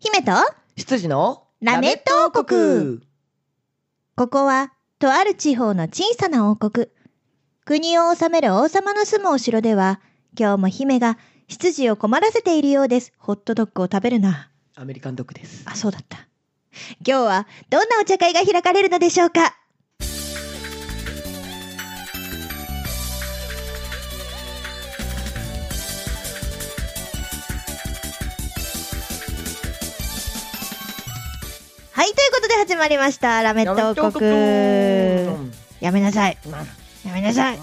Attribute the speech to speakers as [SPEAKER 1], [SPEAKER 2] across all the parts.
[SPEAKER 1] 姫と
[SPEAKER 2] 羊の
[SPEAKER 1] ラメット王国ここはとある地方の小さな王国国を治める王様の住むお城では今日も姫が執事を困らせているようですホットドッグを食べるな
[SPEAKER 2] アメリカンドッグです
[SPEAKER 1] あそうだった今日はどんなお茶会が開かれるのでしょうかはい、ということで始まりました。ラメット王国。やめなさい。やめなさい。うん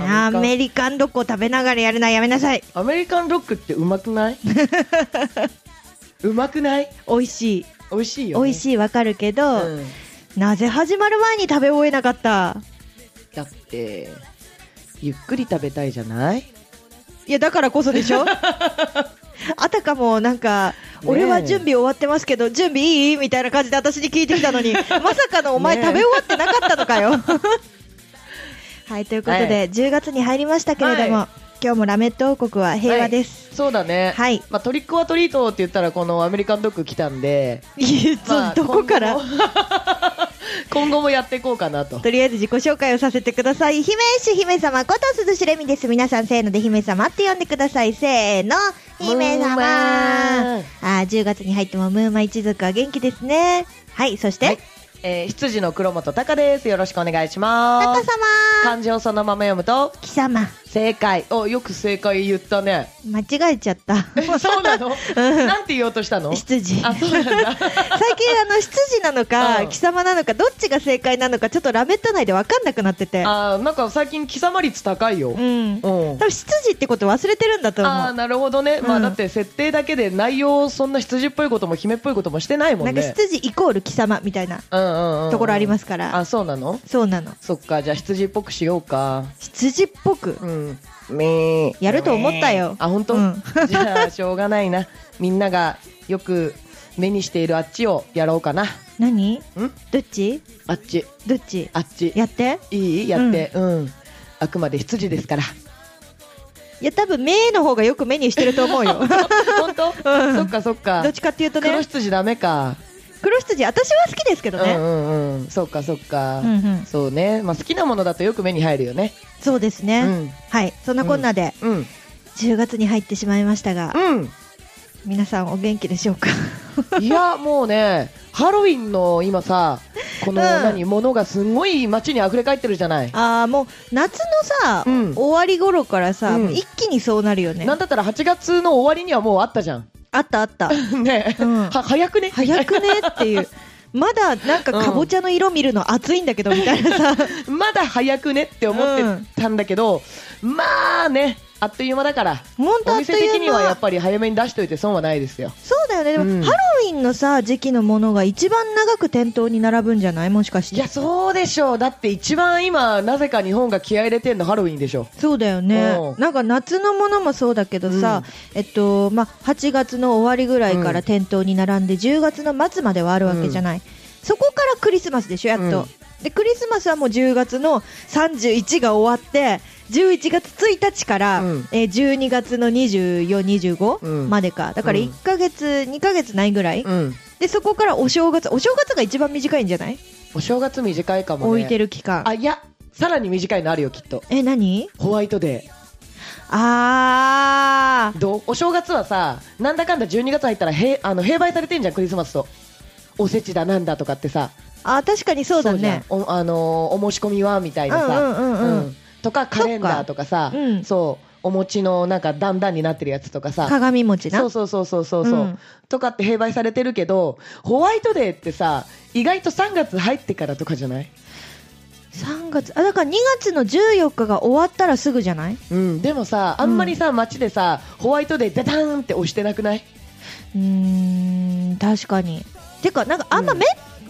[SPEAKER 1] ア
[SPEAKER 2] アメリカ
[SPEAKER 1] メリカンドッグを食べながらやるな、やめなさい。
[SPEAKER 2] アメリカンドッグってうまくないうまくない
[SPEAKER 1] 美味しい。
[SPEAKER 2] 美味しい
[SPEAKER 1] 美
[SPEAKER 2] よ、ね、
[SPEAKER 1] 味しいわかるけど、
[SPEAKER 2] うん
[SPEAKER 1] なぜ始まる前に食べ終えなかった
[SPEAKER 2] だってゆっくり食べたいじゃない
[SPEAKER 1] いや、だからこそでし ょあたかもなんか、俺は準備終わってますけど、準備いいみたいな感じで私に聞いてきた のに、まさかのお前
[SPEAKER 2] ねえ
[SPEAKER 1] 食べ終わってなかったのかよ。 はい、ということで、
[SPEAKER 2] は
[SPEAKER 1] 10月に入りましたけれども、
[SPEAKER 2] は
[SPEAKER 1] 今日もラメット王国は平和です。
[SPEAKER 2] そうだね、
[SPEAKER 1] はい。
[SPEAKER 2] まあ、トリックはトリートって言ったらこのアメリカンドッグ来たんで、
[SPEAKER 1] いやそう
[SPEAKER 2] まあ
[SPEAKER 1] どこから
[SPEAKER 2] 今後も 今後もやっていこうかなと
[SPEAKER 1] とりあえず自己紹介をさせてください。姫主姫様こと鈴しれみです。皆さんせーので姫様って呼んでください。せーの、姫
[SPEAKER 2] ムー
[SPEAKER 1] 様
[SPEAKER 2] マン
[SPEAKER 1] あー10月に入ってもムーマ一族は元気ですね。はい、そして、
[SPEAKER 2] はいえー、羊の黒本隆ですよろしくお願いしま
[SPEAKER 1] 高
[SPEAKER 2] す
[SPEAKER 1] 様
[SPEAKER 2] 漢字をそのまま読むと
[SPEAKER 1] 貴様
[SPEAKER 2] 正解およく正解言ったね
[SPEAKER 1] 間違えちゃった。
[SPEAKER 2] え そうなの
[SPEAKER 1] うん
[SPEAKER 2] なんて言おうとしたの
[SPEAKER 1] 執事。
[SPEAKER 2] あそうなん だ
[SPEAKER 1] 最近あの執事なのか、
[SPEAKER 2] うん
[SPEAKER 1] 貴様なのかどっちが正解なのかちょっとラメット内で分かんなくなってて。
[SPEAKER 2] あーなんか最近貴様率高いよ
[SPEAKER 1] う、ん。多
[SPEAKER 2] うん
[SPEAKER 1] 分執事ってこと忘れてるんだと思う。
[SPEAKER 2] ああなるほどね、ま
[SPEAKER 1] う
[SPEAKER 2] あ
[SPEAKER 1] ん
[SPEAKER 2] だって設定だけで内容そんな羊っぽいことも姫っぽいこともしてないもん
[SPEAKER 1] な
[SPEAKER 2] ね
[SPEAKER 1] んか執事イコール貴様みたいな
[SPEAKER 2] うんうんうん
[SPEAKER 1] ところありますすから。
[SPEAKER 2] あそうなの
[SPEAKER 1] そうなの。
[SPEAKER 2] そっかじゃあ羊っぽくしようか
[SPEAKER 1] 羊っぽく。
[SPEAKER 2] うんめー
[SPEAKER 1] やると思ったよ
[SPEAKER 2] あ本当、
[SPEAKER 1] うん
[SPEAKER 2] じゃあしょうがないなみんながよく目にしているあっちをやろうかな
[SPEAKER 1] 何
[SPEAKER 2] うん
[SPEAKER 1] どっち
[SPEAKER 2] あっち
[SPEAKER 1] どっち
[SPEAKER 2] あっち
[SPEAKER 1] やって
[SPEAKER 2] いいやってうん、あくまで羊ですから
[SPEAKER 1] いや、多分、目の方がよく目にしてると思うよ。
[SPEAKER 2] 本当、
[SPEAKER 1] ん
[SPEAKER 2] そっかそっか
[SPEAKER 1] どっちかっていうと
[SPEAKER 2] 黒
[SPEAKER 1] ね、
[SPEAKER 2] 羊ダメか、
[SPEAKER 1] 黒羊、私は好きですけど
[SPEAKER 2] う
[SPEAKER 1] ね。
[SPEAKER 2] んうんうんそっかそっか、
[SPEAKER 1] うんうん、
[SPEAKER 2] そうね、まあ、好きなものだとよく目に入るよね。
[SPEAKER 1] そうです
[SPEAKER 2] う
[SPEAKER 1] ね、
[SPEAKER 2] ん、
[SPEAKER 1] はい、そんなこんなで、
[SPEAKER 2] うん、
[SPEAKER 1] 10月に入ってしまいましたが、
[SPEAKER 2] う
[SPEAKER 1] 皆さんお元気でしょうか。
[SPEAKER 2] ん、いや、もうね、ハロウィンの今さ、この
[SPEAKER 1] うん
[SPEAKER 2] 何、ものがすごい街に溢れ返ってるじゃない。
[SPEAKER 1] ああ、もう、夏のさ、
[SPEAKER 2] うん
[SPEAKER 1] 終わり頃からさ、
[SPEAKER 2] うん
[SPEAKER 1] もう一気にそうなるよね
[SPEAKER 2] な。んだったら8月の終わりにはもうあったじゃん。
[SPEAKER 1] あったあった。
[SPEAKER 2] ね、
[SPEAKER 1] うん
[SPEAKER 2] は早くね。
[SPEAKER 1] 早くねっていう。まだなんかかぼちゃの色見るの暑いんだけどみたいなさ、
[SPEAKER 2] まだ早くねって思ってたんだけど、まあね、あっという間だから。
[SPEAKER 1] ほんとあ
[SPEAKER 2] お
[SPEAKER 1] っと
[SPEAKER 2] 店的
[SPEAKER 1] い
[SPEAKER 2] に
[SPEAKER 1] う
[SPEAKER 2] はや
[SPEAKER 1] 間
[SPEAKER 2] っぱり早めに出しといて損はないですよ。
[SPEAKER 1] そうだよねでも、
[SPEAKER 2] うん
[SPEAKER 1] ハロウィンのさ時期のものが一番長く店頭に並ぶんじゃないもしかして
[SPEAKER 2] いや、そうでしょう。だって一番今、なぜか日本が気合い入れてんのハロウィンでしょ。
[SPEAKER 1] そうだよね
[SPEAKER 2] うん
[SPEAKER 1] なんか夏のものもそうだけどさ、えっとまあ、8月の終わりぐらいから
[SPEAKER 2] うん
[SPEAKER 1] 店頭に並んで、10月の末まではあるわけじゃない、そこからクリスマスでしょやっと、
[SPEAKER 2] うん
[SPEAKER 1] でクリスマスはもう10月の31が終わって11月1日から、
[SPEAKER 2] うん
[SPEAKER 1] えー12月の2425
[SPEAKER 2] うん
[SPEAKER 1] までかだから
[SPEAKER 2] うん
[SPEAKER 1] 1ヶ月、2ヶ月ないぐらい、
[SPEAKER 2] うん。
[SPEAKER 1] でそこからお正月お正月が一番短いんじゃない、
[SPEAKER 2] お正月短いかもね。
[SPEAKER 1] 置いてる期間
[SPEAKER 2] あ、いや、さらに短いのあるよ、きっと。
[SPEAKER 1] え何
[SPEAKER 2] ホワイトデ
[SPEAKER 1] あー
[SPEAKER 2] ー。どうお正月はさ、なんだかんだ12月入ったらへいあの併売されてんじゃん、クリスマスと。おせちだなんだとかってさ、
[SPEAKER 1] あ確かにそうだ
[SPEAKER 2] じゃん
[SPEAKER 1] ね
[SPEAKER 2] おあのーお申し込みはみたいな
[SPEAKER 1] うん
[SPEAKER 2] さ、
[SPEAKER 1] うんうんうん
[SPEAKER 2] うんとかカレンダーとかさ、
[SPEAKER 1] うん
[SPEAKER 2] そう、お餅のなんか段々になってるやつとかさ、
[SPEAKER 1] 鏡餅な
[SPEAKER 2] そうそうそうそうそう、う
[SPEAKER 1] うん
[SPEAKER 2] とかって併売されてるけど、ホワイトデーってさ、意外と3月入ってからとかじゃない
[SPEAKER 1] 3月あだから2月の14日が終わったらすぐじゃない
[SPEAKER 2] うん、でもさ、あんまりさ、街でさ、ホワイトデー、ダダーンって押してなくないう
[SPEAKER 1] ーん確かにてかなんかあんま
[SPEAKER 2] うん
[SPEAKER 1] 目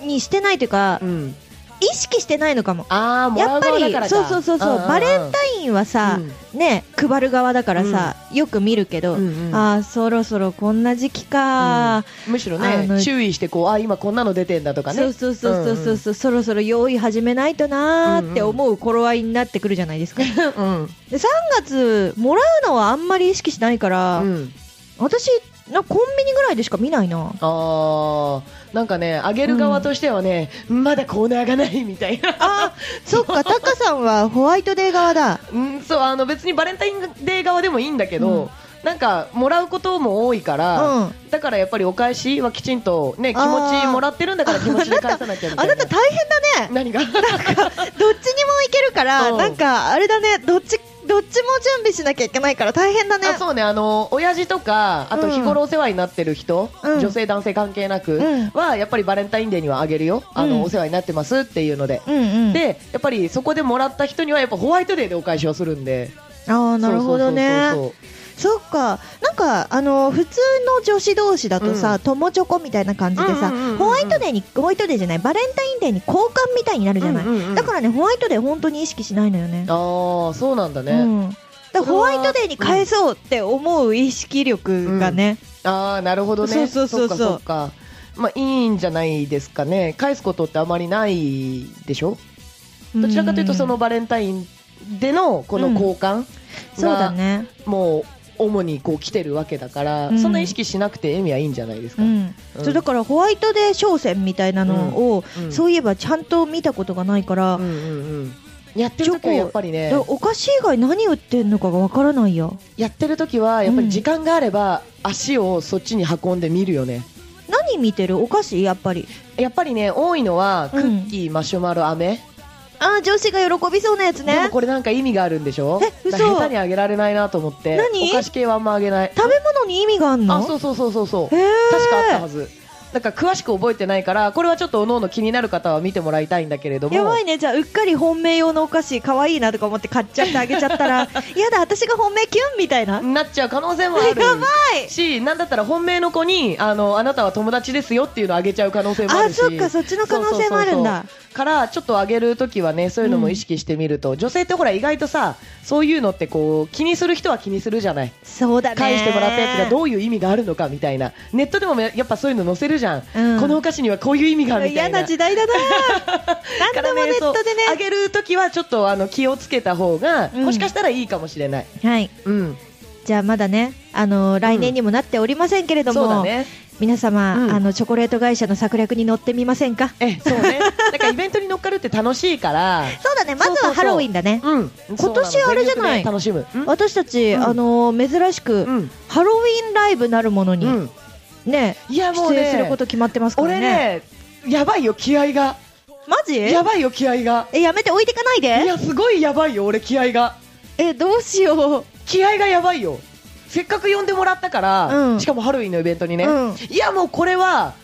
[SPEAKER 1] にしてないというか、
[SPEAKER 2] うん、
[SPEAKER 1] 意識してないのかも
[SPEAKER 2] ああもら
[SPEAKER 1] や
[SPEAKER 2] う
[SPEAKER 1] っぱ
[SPEAKER 2] 側だ
[SPEAKER 1] り
[SPEAKER 2] からか
[SPEAKER 1] そうそうそうそうバレンタインはさ、ね配る側だからさ、よく見るけど、
[SPEAKER 2] うんうんうん
[SPEAKER 1] ああそろそろこんな時期か、
[SPEAKER 2] むしろ
[SPEAKER 1] あの
[SPEAKER 2] ね注意してこうあ今こんなの出てんだとかね
[SPEAKER 1] そうそうそうそうそうそう、そろそろ用意始めないとなーって思う頃合いになってくるじゃないですか、
[SPEAKER 2] うん
[SPEAKER 1] で3月もらうのはあんまり意識しないから、
[SPEAKER 2] うん
[SPEAKER 1] 私なコンビニぐらいでしか見ないな
[SPEAKER 2] あーなんかねあげる側としてはねまだコーナーがないみたいな
[SPEAKER 1] あそっかタカさんはホワイトデー側だ
[SPEAKER 2] うん、そうあの別にバレンタインデー側でもいいんだけど、
[SPEAKER 1] うん
[SPEAKER 2] なんかもらうことも多いから、
[SPEAKER 1] うん
[SPEAKER 2] だからやっぱりお返しはきちんと、ね、気
[SPEAKER 1] あー
[SPEAKER 2] 持ちもらってるんだから気持ちで返さなきゃみた
[SPEAKER 1] あ
[SPEAKER 2] いな
[SPEAKER 1] なた大変だね
[SPEAKER 2] 何が
[SPEAKER 1] どっちにもいけるから
[SPEAKER 2] うん
[SPEAKER 1] なんかあれだねどっちどっちも準備しなきゃいけないから大変だね
[SPEAKER 2] あそうねあの親父とかあと日頃お世話になってる人、
[SPEAKER 1] うん
[SPEAKER 2] 女性男性関係なく
[SPEAKER 1] うん
[SPEAKER 2] は、やっぱりバレンタインデーにはあげるよあの、
[SPEAKER 1] うん
[SPEAKER 2] お世話になってますっていうので、
[SPEAKER 1] うんうん
[SPEAKER 2] でやっぱりそこでもらった人にはやっぱホワイトデーでお返しをするんで
[SPEAKER 1] ああなるほどね
[SPEAKER 2] そうそうそう
[SPEAKER 1] そっかなんかあの普通の女子同士だとさ、
[SPEAKER 2] うん
[SPEAKER 1] 友チョコみたいな感じでさ、
[SPEAKER 2] うんうんうんうん
[SPEAKER 1] ホワイトデーにホワイトデーじゃないバレンタインデーに交換みたいになるじゃない、
[SPEAKER 2] うんうんうん
[SPEAKER 1] だからねホワイトデー本当に意識しないのよね
[SPEAKER 2] そうああそうなんだね、
[SPEAKER 1] うん、だからホワイトデーに返そうって思う意識力がね、
[SPEAKER 2] ああなるほどね
[SPEAKER 1] そうそうそうそう
[SPEAKER 2] っかそっかまあいいんじゃないですかね返すことってあまりないでしょどちらかというとその
[SPEAKER 1] ん
[SPEAKER 2] バレンタインでのこの交換
[SPEAKER 1] そうだ
[SPEAKER 2] が
[SPEAKER 1] ね、
[SPEAKER 2] もう主にこう来てるわけだから、
[SPEAKER 1] うん
[SPEAKER 2] そんな意識しなくてエミはいいんじゃないです
[SPEAKER 1] う
[SPEAKER 2] か、
[SPEAKER 1] ん
[SPEAKER 2] うん
[SPEAKER 1] そうだからホワイトデー商戦みたいなのを、
[SPEAKER 2] うん
[SPEAKER 1] そういえばちゃんと見たことがないから、
[SPEAKER 2] うんうんうんやってる時はやっぱり
[SPEAKER 1] だ
[SPEAKER 2] ね
[SPEAKER 1] からお菓子以外何売ってんのかがわからないよ
[SPEAKER 2] やってる時はやっぱり時間があれば足をそっちに運んでみるよね
[SPEAKER 1] 何見てるお菓子やっぱり
[SPEAKER 2] やっぱりね多いのはク
[SPEAKER 1] うん
[SPEAKER 2] ッキー、マシュマロ飴
[SPEAKER 1] ああ女子が喜びそうなやつ
[SPEAKER 2] で
[SPEAKER 1] ね
[SPEAKER 2] もこれなんか意味があるんでしょ
[SPEAKER 1] え嘘
[SPEAKER 2] だから下手にあげられないなと思って
[SPEAKER 1] 何
[SPEAKER 2] お菓子系はあんまあげない
[SPEAKER 1] 食べ物に意味があんの
[SPEAKER 2] あそうそうそうそうそう
[SPEAKER 1] へー
[SPEAKER 2] 確かあったはずなんか詳しく覚えてないからこれはちょっとおのおの気になる方は見てもらいたいんだけれども
[SPEAKER 1] やばいねじゃあうっかり本命用のお菓子可愛いなとか思って買っちゃってあげちゃった らやだ私が本命キュンみたいな
[SPEAKER 2] なっちゃう可能性もある
[SPEAKER 1] やばい
[SPEAKER 2] しなんだったら本命の子にあのあなたは友達ですよっていうのをあげちゃう可能性もあ
[SPEAKER 1] あ
[SPEAKER 2] るし
[SPEAKER 1] そっかそっちの可能性もあるんだ
[SPEAKER 2] そうそうそうそうからちょっとあげるときはねそういうのも意識してみると、女性ってほら意外とさそういうのってこう気にする人は気にするじゃない
[SPEAKER 1] そうだね
[SPEAKER 2] 返してもらったやつがどういう意味があるのかみたいなネットでもやっぱそういうの載せるじゃん、
[SPEAKER 1] うん
[SPEAKER 2] このお菓子にはこういう意味がみたいな
[SPEAKER 1] 嫌な時代だ な何でもネットでね
[SPEAKER 2] あげるときはちょっとあの気をつけた方が、
[SPEAKER 1] うん
[SPEAKER 2] もしかしたらいいかもしれない、
[SPEAKER 1] はい
[SPEAKER 2] うん、
[SPEAKER 1] じゃあまだねあの来年にもなっておりませんけれども、
[SPEAKER 2] そうだね
[SPEAKER 1] 皆様、
[SPEAKER 2] うん
[SPEAKER 1] あのチョコレート会社の策略に乗ってみませんか
[SPEAKER 2] えそうねなんかイベントに乗っかるって楽しいから
[SPEAKER 1] そうだねまずはハロウィンだね
[SPEAKER 2] うん
[SPEAKER 1] 今年あれじゃない
[SPEAKER 2] そうの全力で楽しむ
[SPEAKER 1] 私たち、
[SPEAKER 2] うん
[SPEAKER 1] あの珍しく、
[SPEAKER 2] うん
[SPEAKER 1] ハロウィンライブなるものに、
[SPEAKER 2] うん、うん
[SPEAKER 1] ね
[SPEAKER 2] いやもう
[SPEAKER 1] 出演する
[SPEAKER 2] ね
[SPEAKER 1] こと決まってますからね
[SPEAKER 2] 俺ねやばいよ気合が
[SPEAKER 1] マジ
[SPEAKER 2] やばいよ気合が
[SPEAKER 1] えやめて置いてかない
[SPEAKER 2] い
[SPEAKER 1] で
[SPEAKER 2] やすごいやばいよ俺気合が
[SPEAKER 1] えどうしよう
[SPEAKER 2] 気合がやばいよせっかく呼んでもらったから、
[SPEAKER 1] うん
[SPEAKER 2] しかもハロウィンのイベントにね、
[SPEAKER 1] うん
[SPEAKER 2] いやもうこれは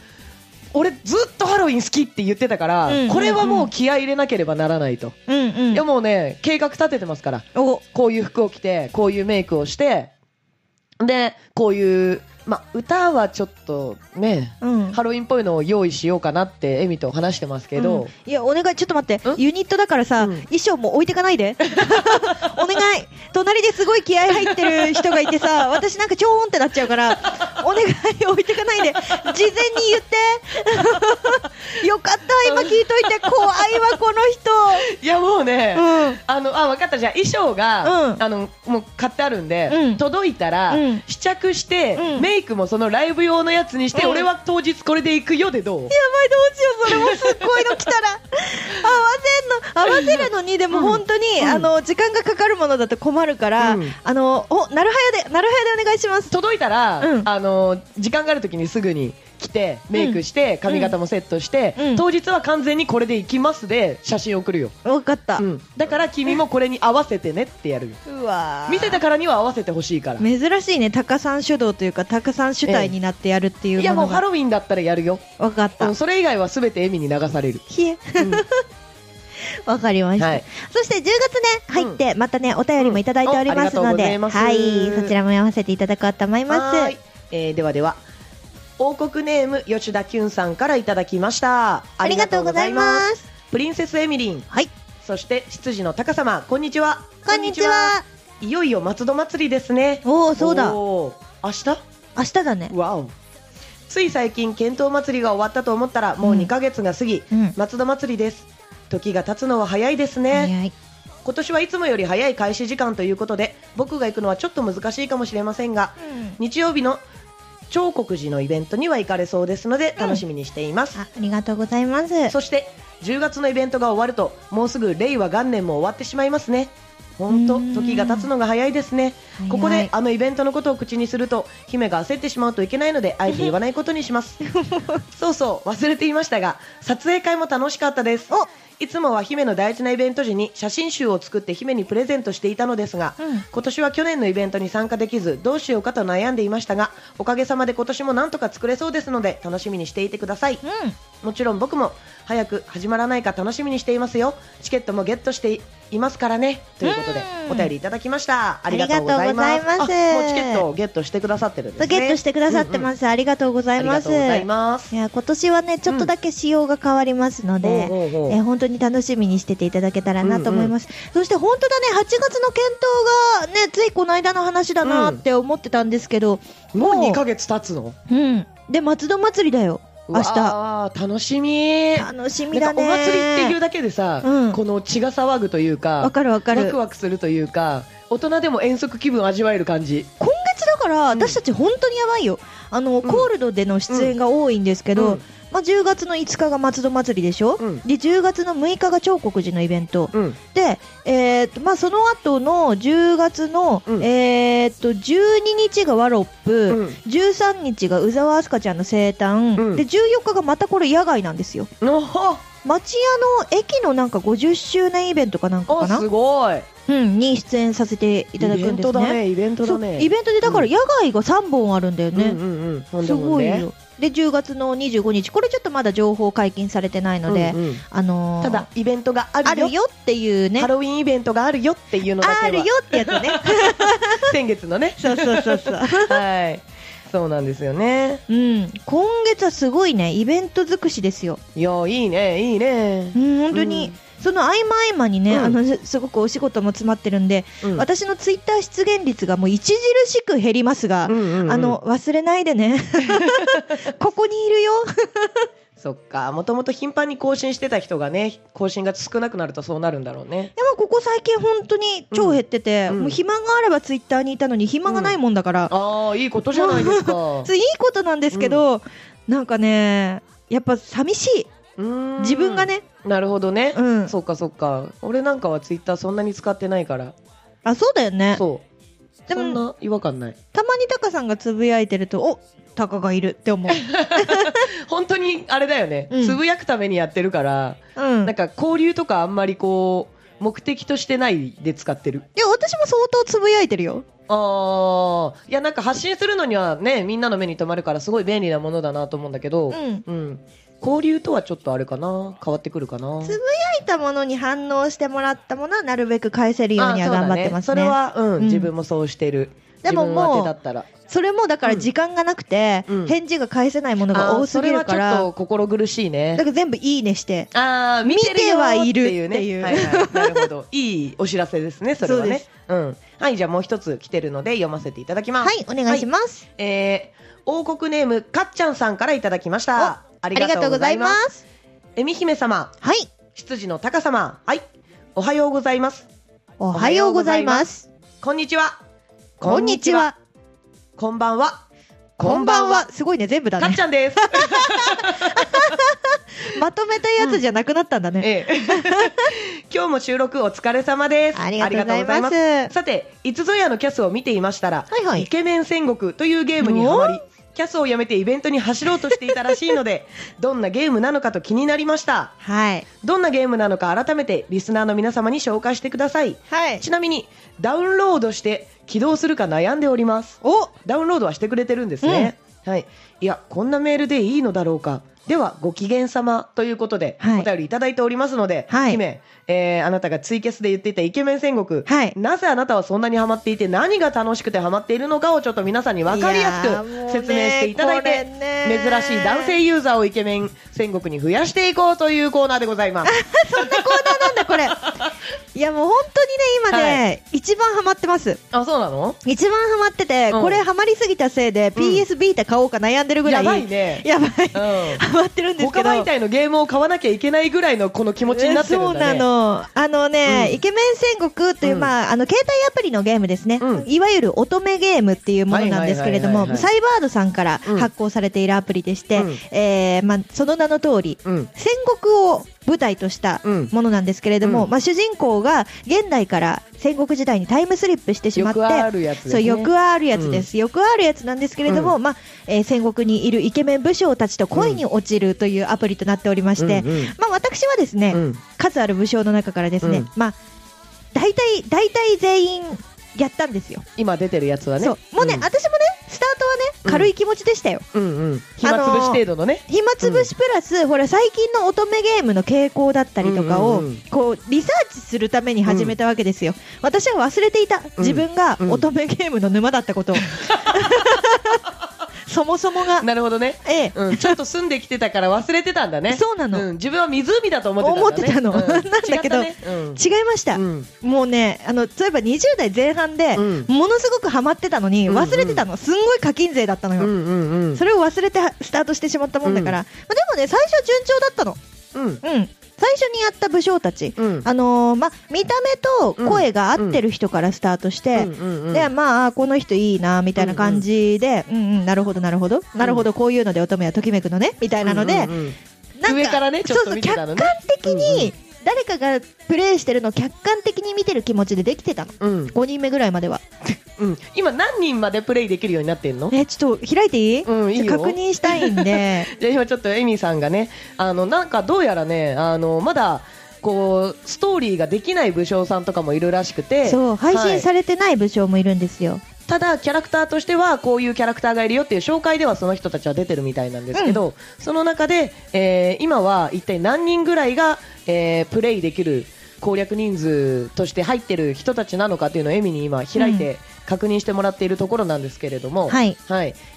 [SPEAKER 2] 俺ずっとハロウィン好きって言ってたから、
[SPEAKER 1] うん
[SPEAKER 2] これはもう気合入れなければならないと、
[SPEAKER 1] うんう
[SPEAKER 2] いやもうね計画立ててますから
[SPEAKER 1] お
[SPEAKER 2] こういう服を着てこういうメイクをしてでこういう、ま、歌はちょっとね、
[SPEAKER 1] うん
[SPEAKER 2] ハロウィンっぽいのを用意しようかなってエミと話してますけど、
[SPEAKER 1] うんいやお願いちょっと待って
[SPEAKER 2] ん
[SPEAKER 1] ユニットだからさ、
[SPEAKER 2] うん
[SPEAKER 1] 衣装も置いてかないで お願い隣ですごい気合入ってる人がいて さ私なんかちょーんってなっちゃうからお願い置いてかないで事前に 言ってよかった今聞いといて怖いわこの
[SPEAKER 2] いやもうね、
[SPEAKER 1] うん
[SPEAKER 2] あのあ分かったじゃあ衣装
[SPEAKER 1] う
[SPEAKER 2] が、
[SPEAKER 1] ん
[SPEAKER 2] あのもう買ってあるんで、
[SPEAKER 1] うん
[SPEAKER 2] 届いたら、
[SPEAKER 1] うん
[SPEAKER 2] 試着して、
[SPEAKER 1] うん
[SPEAKER 2] メイクもそのライブ用のやつにして、
[SPEAKER 1] うん
[SPEAKER 2] 俺は当日これで行くよでどう
[SPEAKER 1] やばいどうしようそれもすっごいの来た ら合わせんの合わせるのにでも本当に、
[SPEAKER 2] うん
[SPEAKER 1] あの時間がかかるものだと困るから、
[SPEAKER 2] うん
[SPEAKER 1] あのおなるはやでなるはやでお願いします
[SPEAKER 2] 届いたら、
[SPEAKER 1] うん
[SPEAKER 2] あの時間がある時にすぐに来てメイクして、髪型もセットして、
[SPEAKER 1] うん
[SPEAKER 2] 当日は完全にこれで行きますで写真送るよ、
[SPEAKER 1] 分かった、
[SPEAKER 2] う、
[SPEAKER 1] うん
[SPEAKER 2] だから君もこれに合わせてねってやるよ
[SPEAKER 1] わー
[SPEAKER 2] 見せたからには合わせてほしいから
[SPEAKER 1] 珍しいねタカさん主導というかタカさん主体になってやるっていう
[SPEAKER 2] いや
[SPEAKER 1] も
[SPEAKER 2] も
[SPEAKER 1] の
[SPEAKER 2] うハ
[SPEAKER 1] が
[SPEAKER 2] ロウィンだったらやるよ、
[SPEAKER 1] 分かった
[SPEAKER 2] うんそれ以外は全てエミに流される
[SPEAKER 1] ひえ
[SPEAKER 2] うん
[SPEAKER 1] わかりました、
[SPEAKER 2] はい
[SPEAKER 1] そして10月ね入ってまたねお便りもいただいておりますので、
[SPEAKER 2] うんおありがとうござ
[SPEAKER 1] はい
[SPEAKER 2] ます
[SPEAKER 1] いそちらも読ませていただこうと思いま
[SPEAKER 2] はー
[SPEAKER 1] す
[SPEAKER 2] いえーではでは王国ネーム吉田きゅんさんからいただきました
[SPEAKER 1] ありがとうございますす
[SPEAKER 2] プリンセスエミリン
[SPEAKER 1] はい
[SPEAKER 2] そして執事の高様こんにちは
[SPEAKER 1] こんにちは。
[SPEAKER 2] いよいよ松戸祭りですね
[SPEAKER 1] おお、そうだ。明
[SPEAKER 2] おー明日
[SPEAKER 1] 日だね。
[SPEAKER 2] わおつい最近遣唐祭りが終わったと思ったらもう
[SPEAKER 1] うん
[SPEAKER 2] 2ヶ月が過ぎ、
[SPEAKER 1] うん。
[SPEAKER 2] 松戸祭りです時が経つのは早いですね、
[SPEAKER 1] 早い。
[SPEAKER 2] 今年はいつもより早い開始時間ということで僕が行くのはちょっと難しいかもしれませんが日曜日の長国寺のイベントには行かれそうですので
[SPEAKER 1] うん
[SPEAKER 2] 楽しみにしています、
[SPEAKER 1] あ、ありがとうございます。
[SPEAKER 2] そして10月のイベントが終わるともうすぐ令和元年も終わってしまいますね本当
[SPEAKER 1] うん
[SPEAKER 2] 時が経つのが早いですね
[SPEAKER 1] 早い
[SPEAKER 2] ここであのイベントのことを口にすると姫が焦ってしまうといけないのであえて言わないことにします そうそう忘れていましたが撮影会も楽しかったです
[SPEAKER 1] お
[SPEAKER 2] いつもは姫の大事なイベント時に写真集を作って姫にプレゼントしていたのですが、
[SPEAKER 1] うん
[SPEAKER 2] 今年は去年のイベントに参加できずどうしようかと悩んでいましたがおかげさまで今年もなんとか作れそうですので楽しみにしていてください
[SPEAKER 1] うん。
[SPEAKER 2] もちろん僕も早く始まらないか楽しみにしていますよチケットもゲットしていますからねということで
[SPEAKER 1] うん
[SPEAKER 2] お便りいただきましたありがとうございます
[SPEAKER 1] ありがとうございます
[SPEAKER 2] あもうチケットをゲットしてくださってるんですね
[SPEAKER 1] ゲットしてくださって
[SPEAKER 2] うんうん
[SPEAKER 1] ます。ありがとうござ
[SPEAKER 2] あ
[SPEAKER 1] い
[SPEAKER 2] り
[SPEAKER 1] ま
[SPEAKER 2] が
[SPEAKER 1] す。
[SPEAKER 2] とうございます
[SPEAKER 1] いや、今年はね、ちょっとだけ仕様が変わりますので、
[SPEAKER 2] ほうほうほう
[SPEAKER 1] えー本当に楽しみにしてていただけたらなと思います。そして本当だね、8月の検討がね、ついこの間の話だなって思ってたんですけど、
[SPEAKER 2] もう2ヶ月経つの
[SPEAKER 1] うん。で、松戸祭りだよ。明日。
[SPEAKER 2] わー楽しみ
[SPEAKER 1] 楽しみ
[SPEAKER 2] な
[SPEAKER 1] だ
[SPEAKER 2] んか
[SPEAKER 1] ね。
[SPEAKER 2] お祭りっていうだけでさ、
[SPEAKER 1] うん
[SPEAKER 2] この血が騒ぐというか
[SPEAKER 1] わかるわか
[SPEAKER 2] ワ
[SPEAKER 1] る
[SPEAKER 2] ク。ワクするというか大人でも遠足気分味わえる感じ
[SPEAKER 1] 今月だから
[SPEAKER 2] うん
[SPEAKER 1] 私たち本当にやばいよ、あのコールドでの出演が多いんですけど、
[SPEAKER 2] うん
[SPEAKER 1] まあ、10月の5日が松戸祭りでしょ、
[SPEAKER 2] うん
[SPEAKER 1] で10月の6日が長国寺のイベント
[SPEAKER 2] うん
[SPEAKER 1] で、えーっとまあ、その後の10月の、
[SPEAKER 2] うん
[SPEAKER 1] えーっと12日がワロッ
[SPEAKER 2] う
[SPEAKER 1] プ、
[SPEAKER 2] ん
[SPEAKER 1] 13日が宇沢明日香ちゃんの生誕、
[SPEAKER 2] うん
[SPEAKER 1] で14日がまたこれ野外なんですよ
[SPEAKER 2] のほ
[SPEAKER 1] 町屋の駅のなんか50周年イベントかなんかか
[SPEAKER 2] お
[SPEAKER 1] な
[SPEAKER 2] す、ごい
[SPEAKER 1] うん、に出演させていただくんですね
[SPEAKER 2] イベントだねイベントだね
[SPEAKER 1] そうイベントでだから
[SPEAKER 2] うん
[SPEAKER 1] 野外が3本あるんだよね、
[SPEAKER 2] うんうんうんほんですも
[SPEAKER 1] ごい
[SPEAKER 2] ね
[SPEAKER 1] よで10月の25日これちょっとまだ情報解禁されてないので、
[SPEAKER 2] うんうん
[SPEAKER 1] あのー
[SPEAKER 2] ただイベントがあ
[SPEAKER 1] あ
[SPEAKER 2] るよ
[SPEAKER 1] るよっていうね
[SPEAKER 2] ハロウィンイベントがあるよっていうのだ
[SPEAKER 1] あ
[SPEAKER 2] け
[SPEAKER 1] るよ
[SPEAKER 2] は
[SPEAKER 1] ってやつね
[SPEAKER 2] 先月の ね
[SPEAKER 1] そうそうそう そう
[SPEAKER 2] はいそうなんですよね
[SPEAKER 1] うん今月はすごいねイベント尽くしですよ、
[SPEAKER 2] いやいいねいいね
[SPEAKER 1] うん、本当に、その合間合間にね、
[SPEAKER 2] うん
[SPEAKER 1] あのすすごくお仕事も詰まってるんで、
[SPEAKER 2] うん
[SPEAKER 1] 私のツイッター出現率がもう著しく減りますが、
[SPEAKER 2] うんうんうん
[SPEAKER 1] あの忘れないでねここにいるよ
[SPEAKER 2] そっかもともと頻繁に更新してた人がね更新が少なくなるとそうなるんだろうね
[SPEAKER 1] でもここ最近本当に超減ってて、
[SPEAKER 2] うん
[SPEAKER 1] もう暇があればツイッターにいたのに暇がないもんだから、
[SPEAKER 2] ああいいことじゃないです か
[SPEAKER 1] ついいことなんですけど、なんかねやっぱ寂しいう
[SPEAKER 2] ーん
[SPEAKER 1] 自分がね、
[SPEAKER 2] なるほどね
[SPEAKER 1] う、ん
[SPEAKER 2] そっかそっか俺なんかはツイッターそんなに使ってないから
[SPEAKER 1] あそうだよね
[SPEAKER 2] そう
[SPEAKER 1] で
[SPEAKER 2] そん
[SPEAKER 1] も
[SPEAKER 2] な違和感ない
[SPEAKER 1] たまにタカさんがつぶやいてるとおタカがいるって 思う、
[SPEAKER 2] 本当にあれだよね、
[SPEAKER 1] うん
[SPEAKER 2] つぶやくためにやってるから、
[SPEAKER 1] うん、い
[SPEAKER 2] なんか交流とかあんまりこう目的としてないで使ってる
[SPEAKER 1] や私も相当つぶやいてるよ
[SPEAKER 2] ああいやなんか発信するのにはねみんなの目に留まるからすごい便利なものだなと思うんだけど、
[SPEAKER 1] うん
[SPEAKER 2] うん、交流とはちょっとあれかな変わってくるかな
[SPEAKER 1] つ書いたものに反応してもらったものはなるべく返せるようには頑張ってますね
[SPEAKER 2] あそうだそれは、うん
[SPEAKER 1] うん
[SPEAKER 2] 自分もそうしてる
[SPEAKER 1] でももう
[SPEAKER 2] 自分宛てだったら
[SPEAKER 1] それもだから時間がなくて、
[SPEAKER 2] うん
[SPEAKER 1] 返事が返せないものが
[SPEAKER 2] あー
[SPEAKER 1] 多す
[SPEAKER 2] そ
[SPEAKER 1] ぎ
[SPEAKER 2] れ
[SPEAKER 1] る
[SPEAKER 2] はち
[SPEAKER 1] か
[SPEAKER 2] ょ
[SPEAKER 1] ら
[SPEAKER 2] っと心苦しいね
[SPEAKER 1] だから全部いいねして
[SPEAKER 2] ああ見てるよーっていうね
[SPEAKER 1] 見て
[SPEAKER 2] は
[SPEAKER 1] はいいる
[SPEAKER 2] はい、なるほど いいお知らせですねそれはね
[SPEAKER 1] そう
[SPEAKER 2] うんはいじゃあもう一つ来てるので読ませていただきま
[SPEAKER 1] は
[SPEAKER 2] す
[SPEAKER 1] いお願いします、
[SPEAKER 2] えー、王国ネームかっちゃんさんからいただきましたあり
[SPEAKER 1] あり
[SPEAKER 2] が
[SPEAKER 1] が
[SPEAKER 2] と
[SPEAKER 1] とう
[SPEAKER 2] うご
[SPEAKER 1] ご
[SPEAKER 2] ざ
[SPEAKER 1] ざ
[SPEAKER 2] い
[SPEAKER 1] い
[SPEAKER 2] ま
[SPEAKER 1] ますす
[SPEAKER 2] えみひめ様
[SPEAKER 1] はい
[SPEAKER 2] 執事の高様はいおはようございます
[SPEAKER 1] おはようございます
[SPEAKER 2] こんにちは
[SPEAKER 1] こんにちは
[SPEAKER 2] こんばんは
[SPEAKER 1] こんばんはすごいね全部だ
[SPEAKER 2] かっ
[SPEAKER 1] ね
[SPEAKER 2] ちゃんです
[SPEAKER 1] まとめたやつじゃなくなったんだね、
[SPEAKER 2] ええ、 今日も収録お疲れ様です
[SPEAKER 1] ありがとうござい
[SPEAKER 2] あ
[SPEAKER 1] ます
[SPEAKER 2] りがとうさていつぞやのキャスを見ていましたら、
[SPEAKER 1] はいは
[SPEAKER 2] イ
[SPEAKER 1] い
[SPEAKER 2] ケメン戦国というゲームにハマりキャスをやめてイベントに走ろうとしていたらしいの でどんなゲームなのかと気になりました
[SPEAKER 1] はい
[SPEAKER 2] どんなゲームなのか改めてリスナーの皆様に紹介してください
[SPEAKER 1] はい
[SPEAKER 2] ちなみにダウンロードして起動するか悩んでおります
[SPEAKER 1] お
[SPEAKER 2] ダウンロードはしてくれてるんですね、はい、いやこんなメールでいいのだろうかではご機嫌様ということで、
[SPEAKER 1] はい
[SPEAKER 2] お便りいただいておりますので、
[SPEAKER 1] はい
[SPEAKER 2] 姫、えーあなたがツイキャスで言っていたイケメン戦国、
[SPEAKER 1] はい
[SPEAKER 2] なぜあなたはそんなにハマっていて何が楽しくてハマっているのかをちょっと皆さんに分かりやす
[SPEAKER 1] いやーもうね
[SPEAKER 2] く説明していただいて、
[SPEAKER 1] これね
[SPEAKER 2] 珍しい男性ユーザーをイケメン戦国に増やしていこうというコーナーでございます。
[SPEAKER 1] そんなコーナーなんだ、こ れ。いや、もう本当にね、今ね、一番ハマってます。
[SPEAKER 2] あそうなの
[SPEAKER 1] 一番ハマってて、
[SPEAKER 2] うん
[SPEAKER 1] これハマりすぎたせいで、PS ビータ買おうか悩んでるぐらい。
[SPEAKER 2] やばいね
[SPEAKER 1] やばい。
[SPEAKER 2] うん
[SPEAKER 1] ハマってるんですけ
[SPEAKER 2] 他
[SPEAKER 1] ど。
[SPEAKER 2] 媒体のゲームを買わなきゃいけないぐらいのこの気持ちになってるんだね。
[SPEAKER 1] そうなの。あのね、
[SPEAKER 2] うん
[SPEAKER 1] イケメン戦国という、
[SPEAKER 2] うん
[SPEAKER 1] まあ、あの、携帯アプリのゲームですね、
[SPEAKER 2] うん
[SPEAKER 1] いわゆる乙女ゲームっていうものなんですけれど
[SPEAKER 2] は
[SPEAKER 1] も
[SPEAKER 2] い、はいはいはいはい
[SPEAKER 1] サイバードさんから
[SPEAKER 2] うん
[SPEAKER 1] 発行されているアプリでして、
[SPEAKER 2] うん
[SPEAKER 1] えーまあ、その名の通り、
[SPEAKER 2] うん
[SPEAKER 1] 戦国を舞台とした
[SPEAKER 2] うん
[SPEAKER 1] ものなんですけれども、
[SPEAKER 2] うん
[SPEAKER 1] まあ、主人公が現代から戦国時代にタイムスリップしてしまって、
[SPEAKER 2] よくあるやつです
[SPEAKER 1] そう、
[SPEAKER 2] ね
[SPEAKER 1] よくあるやつです。よくあるやつなんですけれども、まあ、えー戦国にいるイケメン武将たちと恋に落ちるというアプリとなっておりまして、
[SPEAKER 2] うんうん
[SPEAKER 1] まあ、私はですね、
[SPEAKER 2] うん
[SPEAKER 1] 数ある武将の中からですね、
[SPEAKER 2] うん
[SPEAKER 1] まあ、大体、大体全員やったんですよ。
[SPEAKER 2] 今出てるやつはね。
[SPEAKER 1] そう。もうね、
[SPEAKER 2] ん
[SPEAKER 1] 私もね、スタートは
[SPEAKER 2] う
[SPEAKER 1] ね、
[SPEAKER 2] ん
[SPEAKER 1] 軽い気持ちでしたよ。
[SPEAKER 2] うんうん、暇つぶし程度のね、
[SPEAKER 1] 暇つぶしプラス、ほら最近の乙女ゲームの傾向だったりとかを、
[SPEAKER 2] うんうんうん
[SPEAKER 1] こうリサーチするために始めたわけですよ、私は忘れていた自分が
[SPEAKER 2] うん
[SPEAKER 1] 乙女ゲームの沼だった ことを、そもそもが、
[SPEAKER 2] なるほどね、
[SPEAKER 1] ええ
[SPEAKER 2] うん、ちょっと住んできてたから忘れてたんだね
[SPEAKER 1] そうなの
[SPEAKER 2] ん自分は湖だと思ってたんだ、ね、
[SPEAKER 1] 思ってたの、な
[SPEAKER 2] う
[SPEAKER 1] んだけど、
[SPEAKER 2] 違ったねうん
[SPEAKER 1] 違いました、
[SPEAKER 2] うん
[SPEAKER 1] もうねあの例えば20代前半で、
[SPEAKER 2] うん
[SPEAKER 1] ものすごくハマってたのに
[SPEAKER 2] うんうん
[SPEAKER 1] 忘れてたの、すんごい課金税だったのよ、
[SPEAKER 2] うんうんうん
[SPEAKER 1] それを忘れてスタートしてしまったもんだから、
[SPEAKER 2] う
[SPEAKER 1] まあ、でもね最初は順調だったの
[SPEAKER 2] うん
[SPEAKER 1] うん、最初にやった武将たち、
[SPEAKER 2] うん
[SPEAKER 1] あのーまあ、見た目と声が合ってる人からスタートして、
[SPEAKER 2] うんうんうん
[SPEAKER 1] でまあ、この人いいなみたいな感じで、うんうんなるほど、なるほど、なるほど、こういうので乙女はときめくのねみたいなので、
[SPEAKER 2] うんうんうん
[SPEAKER 1] なん
[SPEAKER 2] 上からねちょっ
[SPEAKER 1] そ
[SPEAKER 2] と
[SPEAKER 1] うそう
[SPEAKER 2] 見てたのね
[SPEAKER 1] 客観的
[SPEAKER 2] うんう
[SPEAKER 1] に
[SPEAKER 2] ん
[SPEAKER 1] 誰かがプレイしてるのを客観的に見てる気持ちでできてたの、
[SPEAKER 2] うん
[SPEAKER 1] 5人目ぐらいまでは。
[SPEAKER 2] うん、今何人までプレイできるようになってんの
[SPEAKER 1] えちょっと開いていい,、
[SPEAKER 2] うんいいよ
[SPEAKER 1] ちょっと確認したいんで
[SPEAKER 2] じゃあ今ちょっとエミさんがねあのなんかどうやらねあのまだこうストーリーができない武将さんとかもいるらしくて
[SPEAKER 1] そう配
[SPEAKER 2] は
[SPEAKER 1] 信
[SPEAKER 2] い
[SPEAKER 1] されてない武将もいるんですよ。
[SPEAKER 2] ただキャラクターとしてはこういうキャラクターがいるよっていう紹介ではその人たちは出てるみたいなんですけど、その中で、えー今は一体何人ぐらいが、えープレイできる攻略人数として入ってる人たちなのかっていうのをエミに今開いて確認してもらっているところなんですけれども、
[SPEAKER 1] はい